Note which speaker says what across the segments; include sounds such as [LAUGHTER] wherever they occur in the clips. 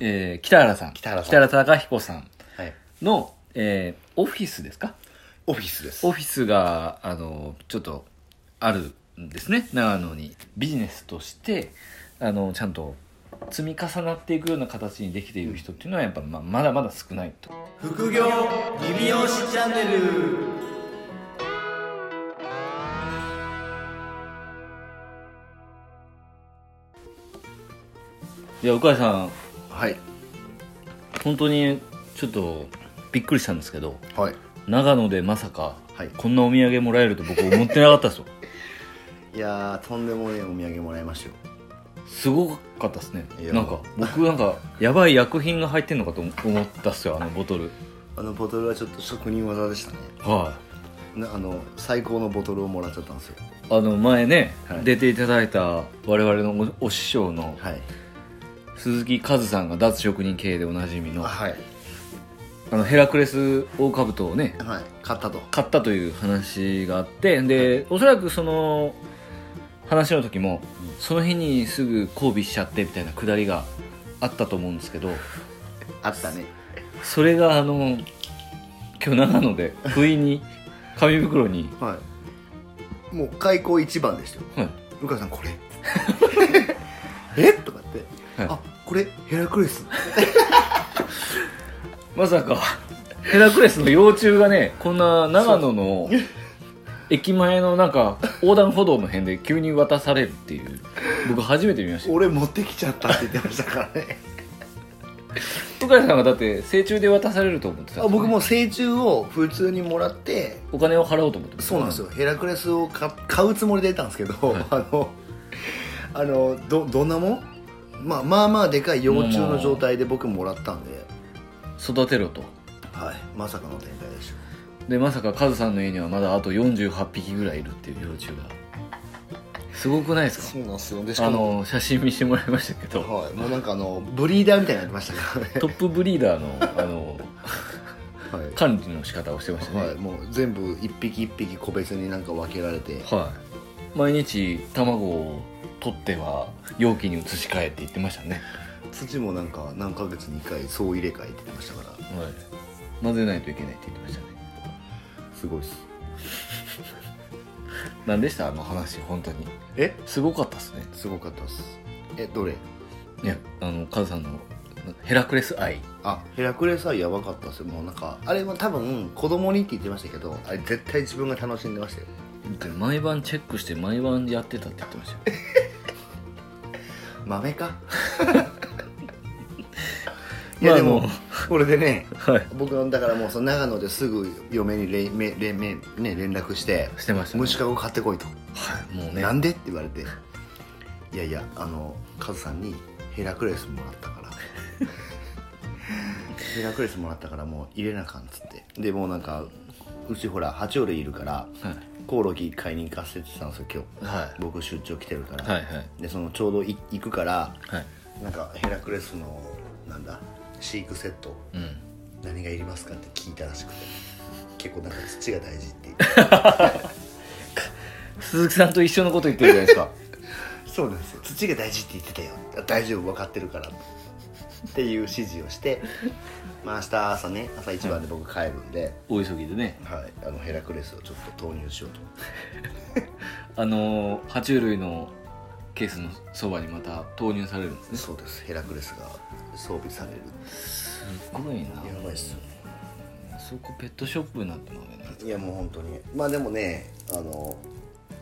Speaker 1: えー北原さん。
Speaker 2: 北原さん
Speaker 1: 隆彦さん
Speaker 2: はい。
Speaker 1: の、えーオフィスですか
Speaker 2: オフィスです。
Speaker 1: オフィスが、あの、ちょっと、あるんですね。長野に。ビジネスとして、あの、ちゃんと、積み重なっていくような形にできている人っていうのは、やっぱ、まあまだまだ少ないと。
Speaker 2: 副業リビオシチャンネル。
Speaker 1: いや、岡井さん、
Speaker 2: はい。
Speaker 1: 本当に、ちょっと、びっくりしたんですけど、
Speaker 2: はい。
Speaker 1: 長野でまさか、
Speaker 2: はい
Speaker 1: こんなお土産もらえると僕思ってなかったですよ。
Speaker 2: いやー、とんでもねえお土産もらいましたよ。
Speaker 1: すごかったですね
Speaker 2: いや
Speaker 1: なんか僕なんかやばい薬品が入ってんのかと思思ったっすよあのボトル
Speaker 2: あのボトルはちょっと職人技でしたね。
Speaker 1: は
Speaker 2: なあの、最高のボトルをもらっちゃったんですよ。
Speaker 1: いあの前ね、
Speaker 2: はい
Speaker 1: 出ていただいた我々のおお師匠の
Speaker 2: はい。
Speaker 1: 鈴木和さんが脱職人経営でおなじみのあ
Speaker 2: はい。
Speaker 1: のヘラクレス大兜をね
Speaker 2: はい。買ったと。
Speaker 1: 買ったという話があってでおそらくその話の時もその日にすぐ交尾しちゃってみたいなくだりがあったと思うんですけど
Speaker 2: あったね。
Speaker 1: それがあの今日長野で不意に紙袋に
Speaker 2: はい。もう開口一番でしたよ。
Speaker 1: はい
Speaker 2: ルカさんこ [LAUGHS] れえとかって、
Speaker 1: はい
Speaker 2: あこれヘラクレス
Speaker 1: まさかヘラクレスの幼虫がねこんな長野の駅前のなんか横断歩道の辺で急に渡されるっていう僕初めて見ましたよ
Speaker 2: 俺持ってきちゃったって言ってましたからね
Speaker 1: 福井さんがだって成虫で渡されると思ってたんですよ
Speaker 2: [LAUGHS] あ僕もう成虫を普通にもらって
Speaker 1: お金を払おうと思ってた
Speaker 2: そうなんですよ、ヘラクレスをか買うつもりでいたんですけど、 [LAUGHS] あのあのどどんなもん、まあ、まあまあでかい幼虫の状態で僕もらったんで、
Speaker 1: 育てろと
Speaker 2: はい、まさかの展開でした
Speaker 1: でまさかカズさんの家にはまだあと48匹ぐらいいるっていう幼虫がすごくないですか
Speaker 2: うなんですよで
Speaker 1: あの写真見せてもらいましたけど
Speaker 2: はい、もうなんかあのブリーダーみたいになってましたからね、
Speaker 1: トップブリーダーのあの
Speaker 2: [LAUGHS] はい
Speaker 1: 管理の仕方をしてましたね、
Speaker 2: はい、もう全部一匹一匹個別になんか分けられて
Speaker 1: はい、毎日卵を取っては容器に移し替えって言ってましたね、
Speaker 2: 土もなんか何ヶ月に1回総入れ替えって言ってましたから
Speaker 1: はい、混ぜないといけないって言ってましたね
Speaker 2: すごいっす
Speaker 1: 何でしたあの話本当に
Speaker 2: え
Speaker 1: すごかったっすね
Speaker 2: すごかったっすえどれ
Speaker 1: いやあのカズさんのヘラクレス愛
Speaker 2: あヘラクレスはやばかったっすよもうなんかあれは多分子供にって言ってましたけどあれ絶対自分が楽しんでましたよ
Speaker 1: 毎晩チェックして毎晩やってたって言ってましたよ
Speaker 2: 豆か [LAUGHS] い
Speaker 1: ま
Speaker 2: や
Speaker 1: あ
Speaker 2: でも、
Speaker 1: あの
Speaker 2: これでね
Speaker 1: はい
Speaker 2: 僕のだからもうその長野ですぐ嫁にれめれめ、ね、連絡して
Speaker 1: してま
Speaker 2: 「
Speaker 1: したね
Speaker 2: 虫かご買ってこい」と。
Speaker 1: はいもうね
Speaker 2: なんでって言われて「いやいやあのカズさんにヘラクレスもらった
Speaker 1: [LAUGHS]
Speaker 2: から」ヘラクレスもらったからもう入れなあかんっつってでもうなんかうちほら爬虫類いるからコオロギ買いに行かせてたんですよ今日、
Speaker 1: はい
Speaker 2: 僕出張来てるから、
Speaker 1: はいはいはい
Speaker 2: でそのちょうどい行くから
Speaker 1: はい
Speaker 2: なんかヘラクレスのなんだ飼育セット
Speaker 1: うん
Speaker 2: 何がいりますかって聞いたらしくて結構なんか土が大事っていう
Speaker 1: 鈴木さんと一緒のこと言ってるじゃないですか
Speaker 2: そうなんですよ土が大事って言ってたよあ大丈夫分かってるからっていう指示を [LAUGHS] して、まあ、明日朝ね朝一番で僕帰るんで、
Speaker 1: [LAUGHS] 大急ぎでね
Speaker 2: はい、あのヘラクレスをちょっと投入しようと思って
Speaker 1: あの爬虫類のケースのそばにまた投入されるんですね
Speaker 2: そうですヘラクレスが装備される
Speaker 1: すごいな
Speaker 2: やばいっすよ
Speaker 1: あそこペットショップになってますね
Speaker 2: ねいやもう本当にまあでもねあの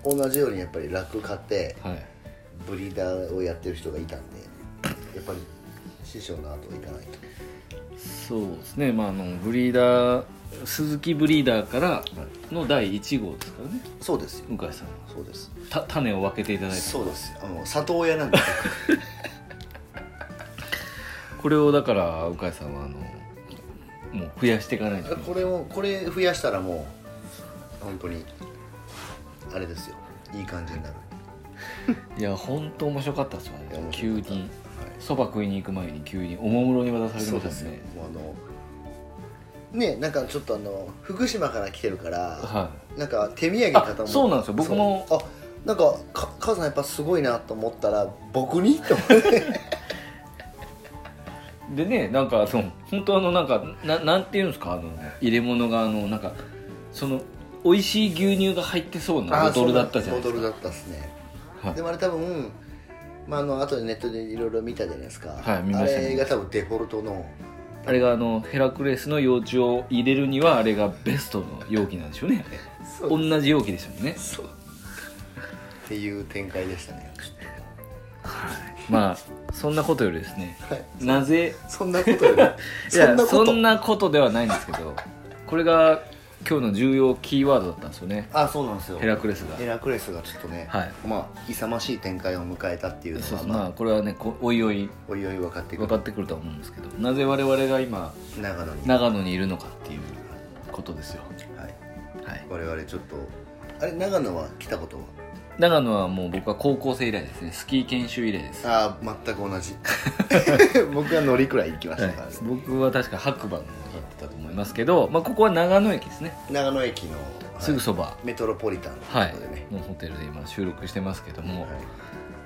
Speaker 2: 同じようにやっぱりラック買って
Speaker 1: はい
Speaker 2: ブリーダーをやってる人がいたんでやっぱり師匠の後はいかないと
Speaker 1: そうですねまああのブリーダー鈴木ブリーダーからの第1号ですからね
Speaker 2: そうですよ
Speaker 1: 向井さんは
Speaker 2: そうです
Speaker 1: た種を分けていただいて
Speaker 2: そうですあの里親なんですよ
Speaker 1: これをだから向井さんはあのもう増やしていかないと
Speaker 2: これをこれ増やしたらもう本当にあれですよいい感じになる
Speaker 1: いや本当面白かったですわね
Speaker 2: いや面
Speaker 1: 急
Speaker 2: 白かった
Speaker 1: に
Speaker 2: はい
Speaker 1: そば食いに行く前に急におもむろに渡されてましたね
Speaker 2: もうあのねなんかちょっとあの福島から来てるから、
Speaker 1: は
Speaker 2: なんか手土産かと思
Speaker 1: あそうなんですよ僕も
Speaker 2: そうあなんかか母
Speaker 1: [LAUGHS]
Speaker 2: さんやっぱすごいなと思ったら僕にと思って
Speaker 1: いでねなんかその本当あのなんかななんていうんですかあの入れ物があのなんかその美味しい牛乳が入ってそうなボトルだったじゃないで
Speaker 2: ボ
Speaker 1: すか
Speaker 2: トルだったっすね、
Speaker 1: はい
Speaker 2: でもあれ多分まああの後でネットでいろいろ見たじゃないですか、
Speaker 1: はい見
Speaker 2: あ
Speaker 1: ましたね
Speaker 2: れが多分デフォルトの
Speaker 1: あれがあのヘラクレスの幼虫を入れるにはあれがベストの容器なんでしょうね
Speaker 2: そ
Speaker 1: 同じ容器でしたもんね
Speaker 2: そうっていう展開でしたね
Speaker 1: まあそんなことよりですね
Speaker 2: はい
Speaker 1: なぜ
Speaker 2: そんなこと [LAUGHS] より
Speaker 1: い
Speaker 2: そん
Speaker 1: や
Speaker 2: なこ
Speaker 1: そ
Speaker 2: と
Speaker 1: んなことではないんですけどこれが今日の重要キーワードだったんですよね
Speaker 2: あそうなんですよ
Speaker 1: ヘラクレスが
Speaker 2: ヘラクレスがちょっとね、
Speaker 1: はい
Speaker 2: まあ勇ましい展開を迎えたっていうの
Speaker 1: そう
Speaker 2: は
Speaker 1: そう
Speaker 2: ま
Speaker 1: ま
Speaker 2: あ
Speaker 1: あこれはねこおいおい
Speaker 2: おいおい分かってく
Speaker 1: 分
Speaker 2: る
Speaker 1: かってくるとは思うんですけどなぜ我々が今
Speaker 2: 長野に、は
Speaker 1: 長野にいるのかっていうことですよ
Speaker 2: い、
Speaker 1: はい
Speaker 2: 我々ちょっとあれ長野は来たことは
Speaker 1: 長野はもう僕は高校生以来ですねスキー研修以来です、
Speaker 2: ああ全く
Speaker 1: [LAUGHS]
Speaker 2: 同じ僕は乗りくらい行きましたから、
Speaker 1: は
Speaker 2: ね
Speaker 1: い僕は確か白馬の方に行ってたと思いますけど、まあ、ここは長野駅ですね、
Speaker 2: 長野駅の、はい
Speaker 1: すぐそば
Speaker 2: メトロポリタンのとこ
Speaker 1: はい
Speaker 2: ろでね、
Speaker 1: のホテルで今収録してますけども、
Speaker 2: はい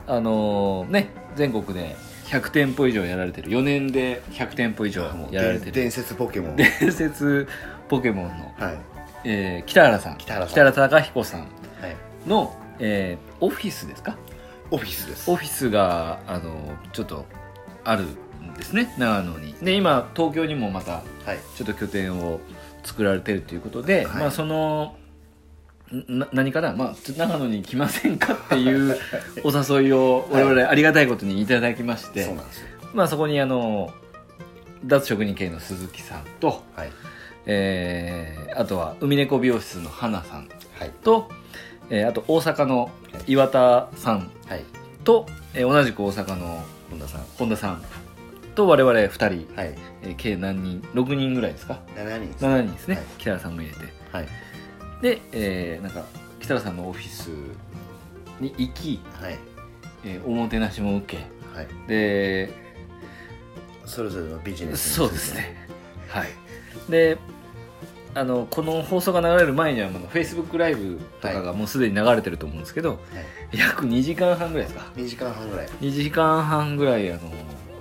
Speaker 1: あのーね全国で100店舗以上やられてる4年で100店舗以上
Speaker 2: もう
Speaker 1: やられて
Speaker 2: 伝
Speaker 1: る
Speaker 2: 伝説ポ
Speaker 1: [LAUGHS]
Speaker 2: ケモンはい
Speaker 1: 伝説ポケモンの、
Speaker 2: はい
Speaker 1: えー北原さん
Speaker 2: 北原さん
Speaker 1: 貴彦さんの、えーオフィスですか
Speaker 2: オフィスです
Speaker 1: オフィスがあのちょっとあるんですね長野にで今東京にもまた
Speaker 2: はい
Speaker 1: ちょっと拠点を作られてるということで、
Speaker 2: はい
Speaker 1: まあそのな何かな、まあ、ちょっと長野に来ませんかっていうお誘いを我々ありがたいことにいただきまして、
Speaker 2: そうなんですよ
Speaker 1: まあそこにあの脱職人系の鈴木さんと、
Speaker 2: はい
Speaker 1: えーあとは海猫美容室の花さん
Speaker 2: はい
Speaker 1: と、えーあと大阪の岩田さん
Speaker 2: はい
Speaker 1: と、えー同じく大阪の
Speaker 2: 本田さん
Speaker 1: 本田さんと我々2人、
Speaker 2: はい
Speaker 1: えー計何人6人ぐらいですか
Speaker 2: 7人です
Speaker 1: 7人ですね、
Speaker 2: はい
Speaker 1: 北原さんも入れて
Speaker 2: はい
Speaker 1: で、えーなんか北原さんのオフィスに行き、
Speaker 2: はい
Speaker 1: えーおもてなしも受け
Speaker 2: はい
Speaker 1: で
Speaker 2: それぞれのビジネスに
Speaker 1: そうですねはいであのこの放送が流れる前にはまだ Facebook ライブとかがもうすでに流れてると思うんですけど、
Speaker 2: はい
Speaker 1: 約2時間半ぐらいですか
Speaker 2: 2時間半ぐらい
Speaker 1: 2時間半ぐらいあの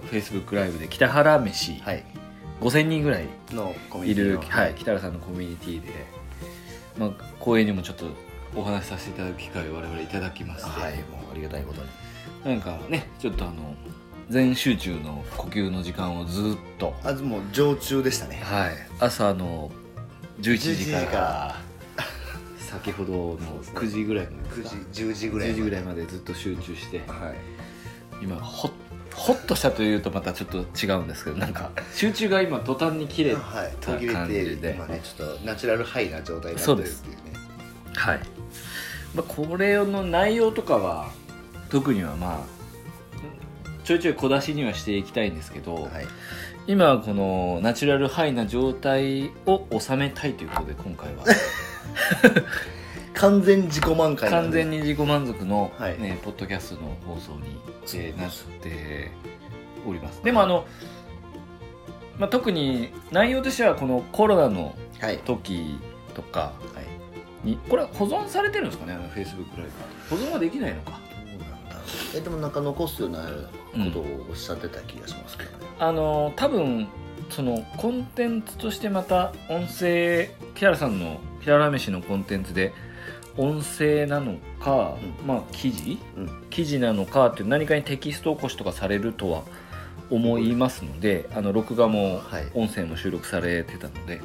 Speaker 1: Facebook ライブで北原飯、
Speaker 2: はい
Speaker 1: 5000人ぐらい
Speaker 2: のコミュ
Speaker 1: い
Speaker 2: ニティ
Speaker 1: る、
Speaker 2: の
Speaker 1: はい、北原さんのコミュニティで、まあ、公演にもちょっとお話しさせていただく機会を我々いただきまして、
Speaker 2: はいもうありがたいことに
Speaker 1: なんかねちょっとあの全集中の呼吸の時間をずっと、
Speaker 2: あもう常駐でしたね
Speaker 1: はい、朝の11時から
Speaker 2: 11時か
Speaker 1: 先ほどの
Speaker 2: そうですね
Speaker 1: 9時ぐらいまでですか
Speaker 2: 9時10時ぐらい
Speaker 1: 10時ぐらい
Speaker 2: ま
Speaker 1: までずっと集中して
Speaker 2: ではい
Speaker 1: 今ほっほっとしたというとまたちょっと違うんですけどなんか集中が今途端に切れ
Speaker 2: はい、
Speaker 1: た
Speaker 2: 途切れ
Speaker 1: 感
Speaker 2: て
Speaker 1: じで
Speaker 2: 今ねちょっとナチュラルハイな状態にな
Speaker 1: そ
Speaker 2: っ
Speaker 1: う
Speaker 2: て
Speaker 1: で
Speaker 2: るっ
Speaker 1: す
Speaker 2: ていうね
Speaker 1: はい、まあ、これの内容とかは特にはまあちょいちょい小出しにはしていきたいんですけど、
Speaker 2: はい
Speaker 1: 今はこのナチュラルハイな状態を収めたいということで今回は
Speaker 2: [LAUGHS] 完全自己満開なん
Speaker 1: 完
Speaker 2: で
Speaker 1: 全に自己満足の、
Speaker 2: はい
Speaker 1: ねポッドキャストの放送に、
Speaker 2: そう
Speaker 1: えー
Speaker 2: で
Speaker 1: な
Speaker 2: す
Speaker 1: っておりますでもあの、まあ、特に内容としてはこのコロナの
Speaker 2: はいはい
Speaker 1: 時とかにこれは保存されてるんですかねあのフェイスブックライブ保存はできないのか
Speaker 2: どうなんだろうえでもなんか残すようなことをおっしゃってた気がしますけどね、
Speaker 1: あの多分そのコンテンツとしてまた音声キララさんの「キララ飯」のコンテンツで音声なのか、
Speaker 2: う
Speaker 1: まあ記事、
Speaker 2: うん
Speaker 1: 記事なのかっていう何かにテキスト起こしとかされるとは思いますのであの録画も
Speaker 2: はい
Speaker 1: 音声も収録されてたので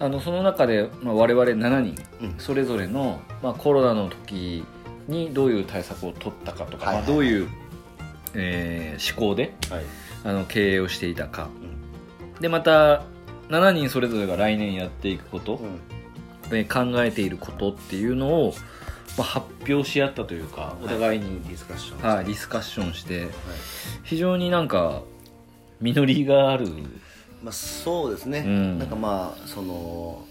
Speaker 1: あのその中で、まあ、我々7人
Speaker 2: うん
Speaker 1: それぞれの、まあ、コロナの時にどういう対策を取ったかとか、
Speaker 2: はい
Speaker 1: まあ、どういう、えー思考で
Speaker 2: はい
Speaker 1: あの経営をしていたか、
Speaker 2: う
Speaker 1: でまた7人それぞれが来年やっていくこと
Speaker 2: う、ん
Speaker 1: えー考えていることっていうのを、まあ、発表し合ったというかお互いに、
Speaker 2: ディスカッション
Speaker 1: はいディスカッションして非常になんか実りがある
Speaker 2: まあ、そうですね、
Speaker 1: うん
Speaker 2: なんかまあその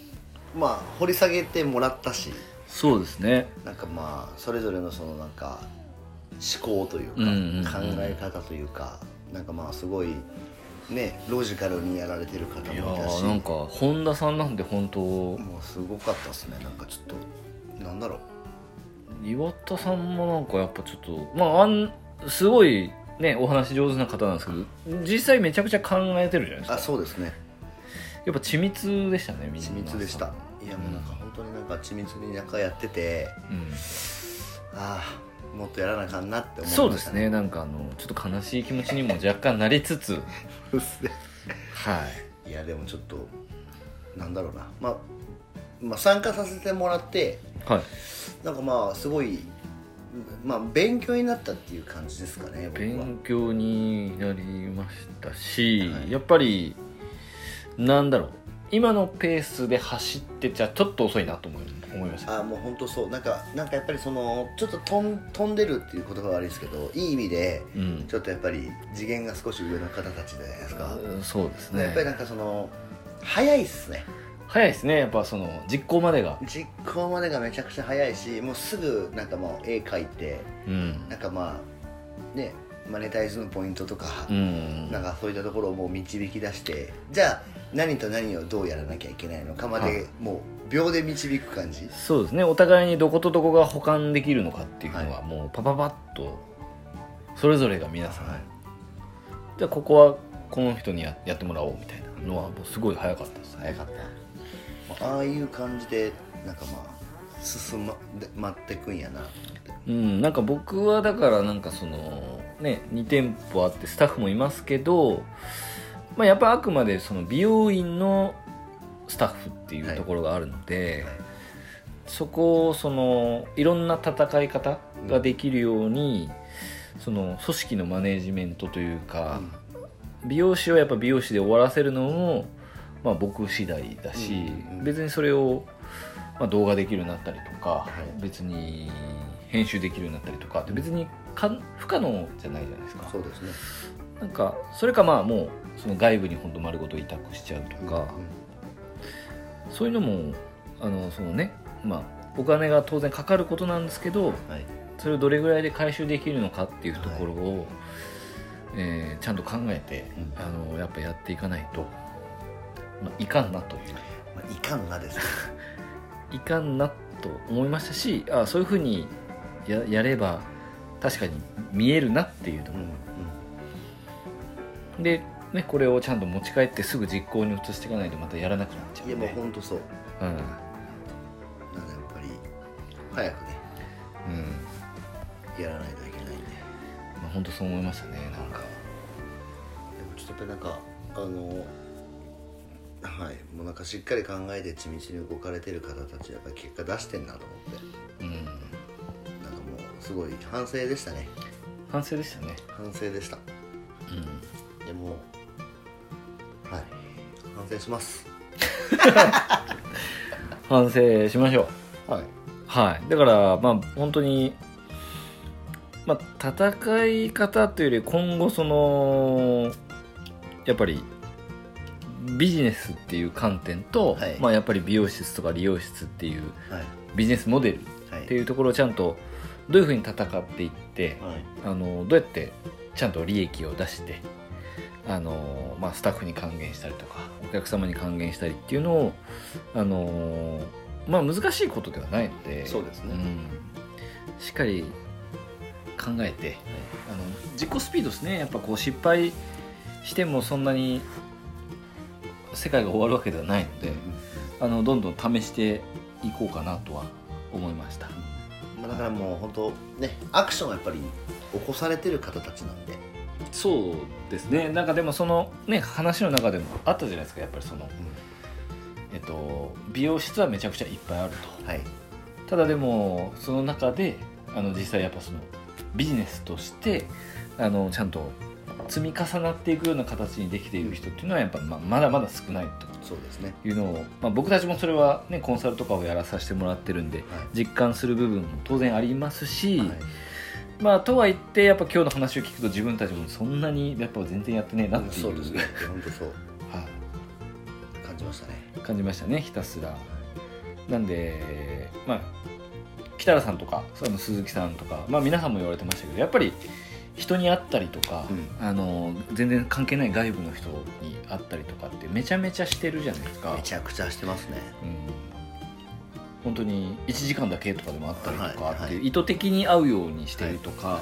Speaker 2: まあ掘り下げてもらったし
Speaker 1: そうですね
Speaker 2: なんかまあそれぞれのそのなんか思考というか、
Speaker 1: うんうんうん
Speaker 2: 考え方というかなんかまあすごいねロジカルにやられてる方
Speaker 1: いや
Speaker 2: もいたし
Speaker 1: ーなんか本田さんなんて本当
Speaker 2: もうすごかったですねなんかちょっとなんだろう
Speaker 1: 岩田さんもなんかやっぱちょっとまああんすごいねお話上手な方なんですけど実際めちゃくちゃ考えてるじゃないですか
Speaker 2: あそうですね
Speaker 1: やっぱ緻密でしたねみんな
Speaker 2: 緻密でしたいやもうなんか本当になんか緻密になんかやってて
Speaker 1: うん
Speaker 2: ああもっとやらなあかんなって思いました
Speaker 1: そうですねなんかあのちょっと悲しい気持ちにも若干なりつつ
Speaker 2: そうっすね
Speaker 1: はい
Speaker 2: いやでもちょっとなんだろうな、まあ、まあ参加させてもらって
Speaker 1: はい
Speaker 2: なんかまあすごいまあ勉強になったっていう感じですかね僕は
Speaker 1: 勉強になりましたし、
Speaker 2: はい
Speaker 1: やっぱりなんだろう今のペースで走ってちゃちょっと遅いなと思い思いました
Speaker 2: あーもう本当そうなんかなんかやっぱりそのちょっと飛ん飛んでるっていう言葉は悪いですけどいい意味で
Speaker 1: うん
Speaker 2: ちょっとやっぱり次元が少し上の方たちじゃないですか、
Speaker 1: そうです
Speaker 2: やっぱり
Speaker 1: ね
Speaker 2: なんかその早いっすね
Speaker 1: 早いですねやっぱその実行までが
Speaker 2: 実行までがめちゃくちゃ早いしもうすぐなんかもう絵描いて
Speaker 1: うん
Speaker 2: なんかまあねマネタイズのポイントとか、
Speaker 1: うん
Speaker 2: なんかそういったところをもう導き出してじゃあ何と何をどうやらなきゃいけないのかま
Speaker 1: はい
Speaker 2: でもう秒で導く感じ
Speaker 1: そうですねお互いにどことどこが保管できるのかっていうのは、
Speaker 2: は
Speaker 1: もうパパパッとそれぞれが皆さん、じゃあここはこの人にややってもらおうみたいなのはもうすごい早かったです早かった
Speaker 2: ああいう感じでなんかまあ進まで待ってくんやな
Speaker 1: うん、なんか僕はだからなんかそのね2店舗あってスタッフもいますけど、まあ、やっぱあくまでその美容院のスタッフってい
Speaker 2: は
Speaker 1: う
Speaker 2: い
Speaker 1: ところがあるので、
Speaker 2: はい
Speaker 1: そこをそのいろんな戦い方ができるように、その組織のマネジメントというか、美容師をやっぱ美容師で終わらせるのも、まあ、僕次第だし、
Speaker 2: うんうん
Speaker 1: 別にそれを、まあ、動画できるようになったりとか、
Speaker 2: い
Speaker 1: 別に編集できるようになったりとかって別にか不可能じゃないじゃないですか
Speaker 2: そうですね
Speaker 1: なんかそれかまあもうその外部に本当丸ごと委託しちゃうとか、そういうのもあのそのねまあお金が当然かかることなんですけど
Speaker 2: うんはい
Speaker 1: それをどれぐらいで回収できるのかっていうところを、えーちゃんと考えて、
Speaker 2: うん
Speaker 1: あのやっぱやっていかないと、まあ、いかんなという
Speaker 2: まあ、いかんがですね
Speaker 1: いかんなと思いましたしあそういうふうにややれば確かに見えるなって [LAUGHS] いうと
Speaker 2: う
Speaker 1: こ
Speaker 2: ん
Speaker 1: ろ
Speaker 2: う、ん
Speaker 1: で、ね、これをちゃんと持ち帰ってすぐ実行に移していかないとまたやらなくなっちゃう
Speaker 2: いや
Speaker 1: ん
Speaker 2: も
Speaker 1: で
Speaker 2: うほんとそう
Speaker 1: うん
Speaker 2: なんかやっぱり早くね
Speaker 1: うん
Speaker 2: やらないといけないんでで
Speaker 1: まあ、本当そう思いましたねなんか
Speaker 2: もちょっとやっぱりなんかあのはいもうなんかしっかり考えて地道に動かれてる方たちやっぱり結果出してんなと思って
Speaker 1: うん
Speaker 2: なんかもうすごい反省でしたね
Speaker 1: 反省でしたね
Speaker 2: 反省でした
Speaker 1: うん
Speaker 2: でもうはい反省します
Speaker 1: 反省しましょう
Speaker 2: はい
Speaker 1: はい、だからまあ本当にまあ戦い方というより今後そのやっぱりビジネスっていう観点と、
Speaker 2: はい
Speaker 1: まあやっぱり美容室とか理容室っていう
Speaker 2: はい
Speaker 1: ビジネスモデルっ
Speaker 2: はい
Speaker 1: ていうところをちゃんとどういうふうに戦っていって
Speaker 2: はい
Speaker 1: あのどうやってちゃんと利益を出してあの、まあ、スタッフに還元したりとかお客様に還元したりっていうのをあの、まあ、難しいことではないので
Speaker 2: そうですね
Speaker 1: うん、しっかり考えて、あの自己スピードですねやっぱこう失敗してもそんなに世界が終わるわけではないので、あのどんどん試していこうかなとは思いました。
Speaker 2: まあ、だからもう本当ねアクションはやっぱり起こされてる方たちなんで
Speaker 1: そうですねなんかでもそのね話の中でもあったじゃないですかやっぱりその、えっと、美容室はめちゃくちゃいっぱいあると
Speaker 2: はい
Speaker 1: ただでもその中であの実際やっぱそのビジネスとしてあのちゃんと積み重なっていくような形にできている人っていうのはやっぱままだまだ少ない
Speaker 2: そうですね
Speaker 1: というのを、まあ、僕たちもそれは、ね、コンサルとかをやらさせてもらってるんで
Speaker 2: は
Speaker 1: 実感する部分も当然ありますし、
Speaker 2: い、はい、
Speaker 1: まあとはいってやっぱ今日の話を聞くと自分たちもそんなにやっぱ全然やってねえなっていう,、
Speaker 2: そうですね本当そう
Speaker 1: は
Speaker 2: 感じましたね
Speaker 1: い感じましたねひたすらなんでまあ北原さんとかその鈴木さんとか、まあ、皆さんも言われてましたけどやっぱり人に会ったりとか、
Speaker 2: う
Speaker 1: あの全然関係ない外部の人に会ったりとかってめちゃめちゃしてるじゃないですか
Speaker 2: めちゃくちゃしてますね
Speaker 1: うん、本当に1時間だけとかでも会ったりとかっていう、
Speaker 2: はいはい
Speaker 1: 意図的に会うようにしてるとか、
Speaker 2: はい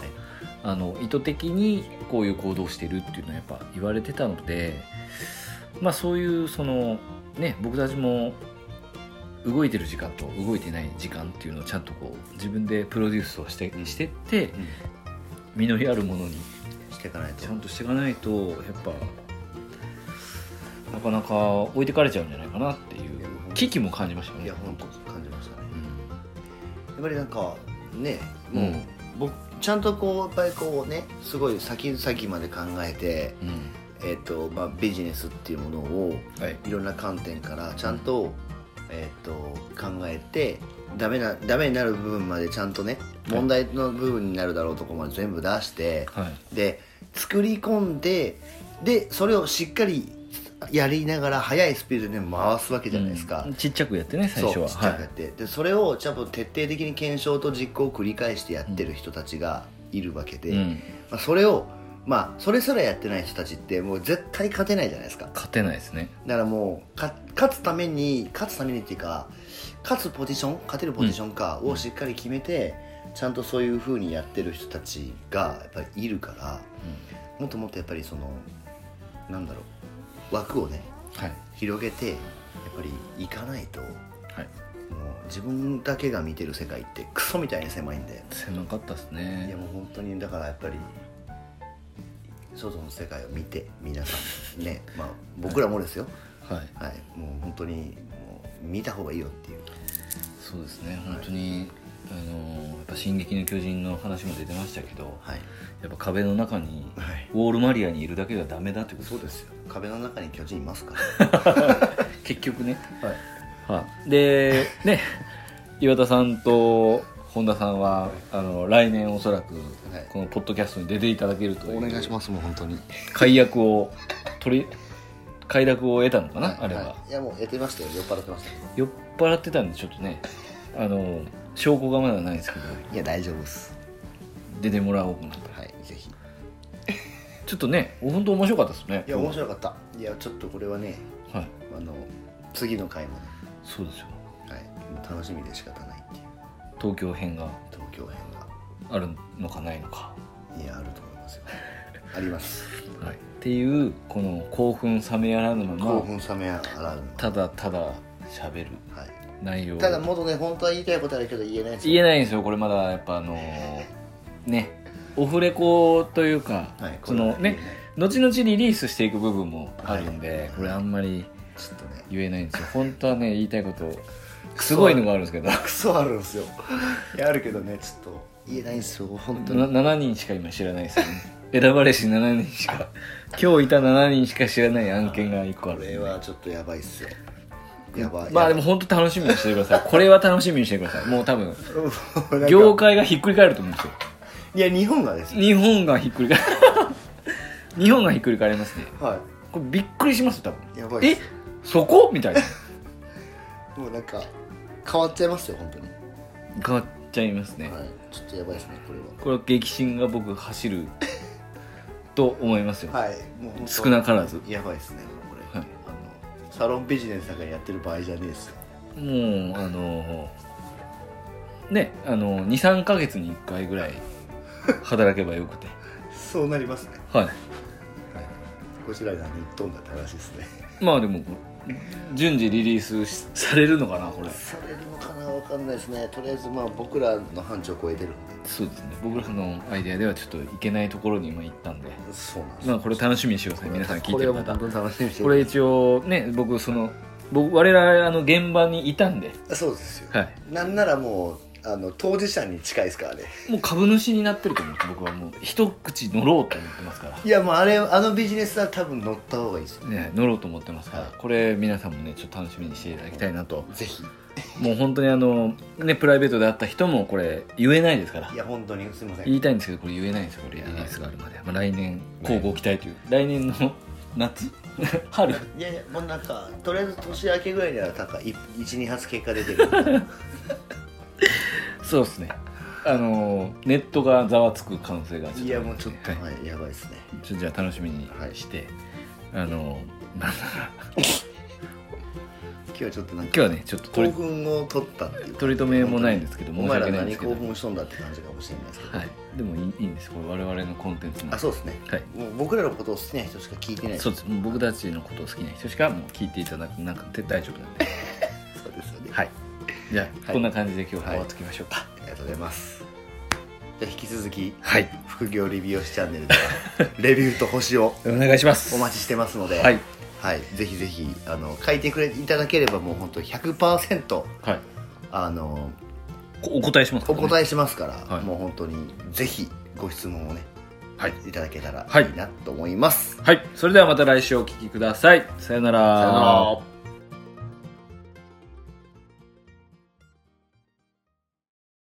Speaker 1: あの意図的にこういう行動をしてるっていうのはやっぱ言われてたのでまあそういうそのね僕たちも動いてる時間と動いてない時間っていうのをちゃんとこう自分でプロデュースをしてしてって実りあるものに
Speaker 2: していかないと
Speaker 1: ちゃんとしていかないとやっぱなかなか置いてかれちゃうんじゃないかなっていう危機も感じましたよね。
Speaker 2: いや本当感じましたね
Speaker 1: う
Speaker 2: やっぱりなんかね
Speaker 1: ん
Speaker 2: もう、僕ちゃんとこうやっぱりこうねすごい先々まで考えて、
Speaker 1: うん
Speaker 2: えっとまあ、ビジネスっていうものを
Speaker 1: はい
Speaker 2: いろんな観点からちゃんと,、えっと考えてダメなダメになる部分までちゃんとね問題の部分になるだろうとこまで全部出して、
Speaker 1: はい
Speaker 2: で作り込んででそれをしっかりやりながら速いスピードで回すわけじゃないですか。
Speaker 1: うんちっちゃくやってね最
Speaker 2: そう
Speaker 1: 初は
Speaker 2: ちっちゃくやって、でそれをちゃんと徹底的に検証と実行を繰り返してやってる人たちがいるわけで、
Speaker 1: はいうん、
Speaker 2: まあ、それをまあそれすらやってない人たちってもう絶対勝てないじゃないですかだ
Speaker 1: 勝てないですね
Speaker 2: からもうか勝つために勝つためにっていうか勝つポジション勝てるポジションかをしっかり決めて、ちゃんとそういうふうにやってる人たちがやっぱりいるからもっともっとやっぱりそのなんだろう枠をね
Speaker 1: はい
Speaker 2: 広げてやっぱり行かないと
Speaker 1: はい
Speaker 2: もう自分だけが見てる世界ってクソみたいに狭いんで
Speaker 1: 狭かったです
Speaker 2: いや
Speaker 1: ね
Speaker 2: もう本当にだからやっぱり外の世界を見て皆さんねまあ僕らもですよ
Speaker 1: はい
Speaker 2: はいもう本当にもう見た方がいいよっていう
Speaker 1: そうですね本当に、あのやっぱ「進撃の巨人」の話も出てましたけど
Speaker 2: はい
Speaker 1: やっぱ壁の中に
Speaker 2: はい
Speaker 1: ウォールマリアにいるだけではダメだってこと
Speaker 2: そうですよ壁の中に巨人いますか
Speaker 1: 結局ね
Speaker 2: らはい
Speaker 1: はい、でね岩田さんと本田さんはあの来年おそらく
Speaker 2: はい
Speaker 1: このポッドキャストに出ていただけるという
Speaker 2: [LAUGHS] お願いしますもう本当に
Speaker 1: 解約を取り快諾を得たのかな、あれは、
Speaker 2: い、いやもう得てましたよ酔っ払ってましたけど
Speaker 1: 酔っ払ってたんでちょっとねあの証拠がまだないですけど
Speaker 2: いや大丈夫です
Speaker 1: 出てもらおうかなと
Speaker 2: はいぜひい
Speaker 1: ちょっとね本当面白かったですね
Speaker 2: や面白かったいやちょっとこれはね
Speaker 1: はい
Speaker 2: あの次の回もね
Speaker 1: そうですよ
Speaker 2: はい、楽しみで仕方ないっていう
Speaker 1: 東京編が
Speaker 2: 東京編が
Speaker 1: あるのかないのか
Speaker 2: いやあると思い [LAUGHS] ますよあります
Speaker 1: はいっていうこの興奮冷めやらぬま
Speaker 2: 興
Speaker 1: ま
Speaker 2: 奮冷めやらぬ
Speaker 1: ただただ喋る
Speaker 2: ま、はい、
Speaker 1: 内容を
Speaker 2: ただもっとね本当は言いたいことあるけど言えないです
Speaker 1: 言え
Speaker 2: ない
Speaker 1: ないんですよこれまだやっぱあのーねオフレコというか、
Speaker 2: はい
Speaker 1: その
Speaker 2: これは
Speaker 1: ね
Speaker 2: 言
Speaker 1: 後々リリースしていく部分もあるんで、
Speaker 2: はい
Speaker 1: これあんまり
Speaker 2: ちょっとね
Speaker 1: 言えないんですよ本当はね言いたいことすごいのがあるんですけど
Speaker 2: クソあるんですよいやあるけどねちょっと言えないんですよ本当に、
Speaker 1: な7人しか今知らないですよね選ばれし7人しか今日いた7人しか知らない案件が1個あるん
Speaker 2: こ
Speaker 1: で
Speaker 2: れはちょっとやばいっすよやばい
Speaker 1: まあ
Speaker 2: や
Speaker 1: で
Speaker 2: [LAUGHS] ば
Speaker 1: も
Speaker 2: い
Speaker 1: 本当楽しみにしてくださいこれは楽しみにしてくださいもう多分
Speaker 2: なんか
Speaker 1: 業界がひっくり返ると思うんですよ
Speaker 2: いや日本がですね
Speaker 1: 日本がひっく [LAUGHS] り返る日本がひっくり返りますね
Speaker 2: は
Speaker 1: これびっくりしますよ
Speaker 2: いや
Speaker 1: 多
Speaker 2: ば
Speaker 1: 分
Speaker 2: いっ
Speaker 1: えそこみたいな
Speaker 2: すもうなんか変わっちゃいますよ本当に、
Speaker 1: 変わっちゃいますね、
Speaker 2: はい、ちょっとやばいですねこれは
Speaker 1: これは激震が僕走ると思いますよ、
Speaker 2: はい、もう本当
Speaker 1: 少なからず
Speaker 2: やばいですね、これ、
Speaker 1: はい
Speaker 2: あのサロンビジネスなんかやってる場合じゃねえですよ。
Speaker 1: もうあのねあの23か月に1回ぐらい働けばよく
Speaker 2: [LAUGHS]
Speaker 1: て
Speaker 2: そうなりますね。
Speaker 1: はい
Speaker 2: こちらに何言っとんだって話ですね。
Speaker 1: まあでも順次リリースしされるのかなこれ
Speaker 2: されるのかな、わかんないですね。とりあえず、まあ、僕らの範疇を超えてるんで。
Speaker 1: そうですね僕らのアイデアではちょっといけないところに今行ったんで
Speaker 2: そうなんです
Speaker 1: まあこれ楽しみにしてください皆さん聞いてる
Speaker 2: これは
Speaker 1: 方
Speaker 2: 本当に楽しみにして
Speaker 1: これ一応ね僕その僕我々あの現場にいたんで、
Speaker 2: れ、そうですよ。
Speaker 1: はい、
Speaker 2: なんならもう、あの当事者に近いですからね。
Speaker 1: もう株主になってると思って僕はもう一口乗ろうと思ってますから、
Speaker 2: いや、もう、あれ、あのビジネスは多分乗った方がいいですよ。
Speaker 1: ね、乗ろうと思ってますから
Speaker 2: はい
Speaker 1: これ皆さんもねちょっと楽しみにしていただきたいなと
Speaker 2: ぜひ。
Speaker 1: もう本当にあのねプライベートで会った人もこれ言えないですから
Speaker 2: いや、本当にすみません。
Speaker 1: 言いたいんですけどこれ言えないんですよこれリリースがあるまで、まあ、来年交互期待という来年
Speaker 2: [LAUGHS]
Speaker 1: の夏 [LAUGHS] 春
Speaker 2: いやいやもうなんかとりあえず年明けぐらいにはなんか12発結果
Speaker 1: [LAUGHS]
Speaker 2: 出てるは
Speaker 1: そうですねあのネットがざわつく可能性が
Speaker 2: いいやもうちょっと、
Speaker 1: はい
Speaker 2: はいやばいですね
Speaker 1: ちょじゃあ楽しみにして、あのなんだろう今
Speaker 2: 日はちょっとなん
Speaker 1: 今日
Speaker 2: か
Speaker 1: はねちょっと取
Speaker 2: 興
Speaker 1: り
Speaker 2: 奮を取ったっていうか
Speaker 1: 取り留めもないんですけど
Speaker 2: お
Speaker 1: 申し
Speaker 2: 前ら
Speaker 1: 訳ないんで
Speaker 2: 何
Speaker 1: すけど
Speaker 2: 興、奮しとんだって感じかもしれないですけど、
Speaker 1: はい、でもいいいいんですこれ我々のコンテンツなんで
Speaker 2: あそうですね
Speaker 1: はい
Speaker 2: もう僕らのことを好きな人しか聞いてない
Speaker 1: そうですもう僕たちのことを好きな人しかもう聞いていただくなんかて大丈夫 [LAUGHS] なんで
Speaker 2: そうですよね
Speaker 1: はいじゃあ、
Speaker 2: はい
Speaker 1: こんな感じで今日は終わっておきましょうか
Speaker 2: ありがとうございますじゃあ引き続き
Speaker 1: はい、
Speaker 2: 副業レビューシチャンネルではレビューと星を [LAUGHS]
Speaker 1: お願いします
Speaker 2: お待ちしてますので、
Speaker 1: はい
Speaker 2: はいぜひぜひあの書いてくれいただければもう本当100%
Speaker 1: はい
Speaker 2: あの
Speaker 1: こお答えします
Speaker 2: お答
Speaker 1: え
Speaker 2: えしますから、
Speaker 1: はい
Speaker 2: もう本当にぜひご質問をね
Speaker 1: はい
Speaker 2: いただけたら
Speaker 1: はい
Speaker 2: いいなと思います、
Speaker 1: はいそれではまた来週お聞きくださいさよなら
Speaker 2: さよなら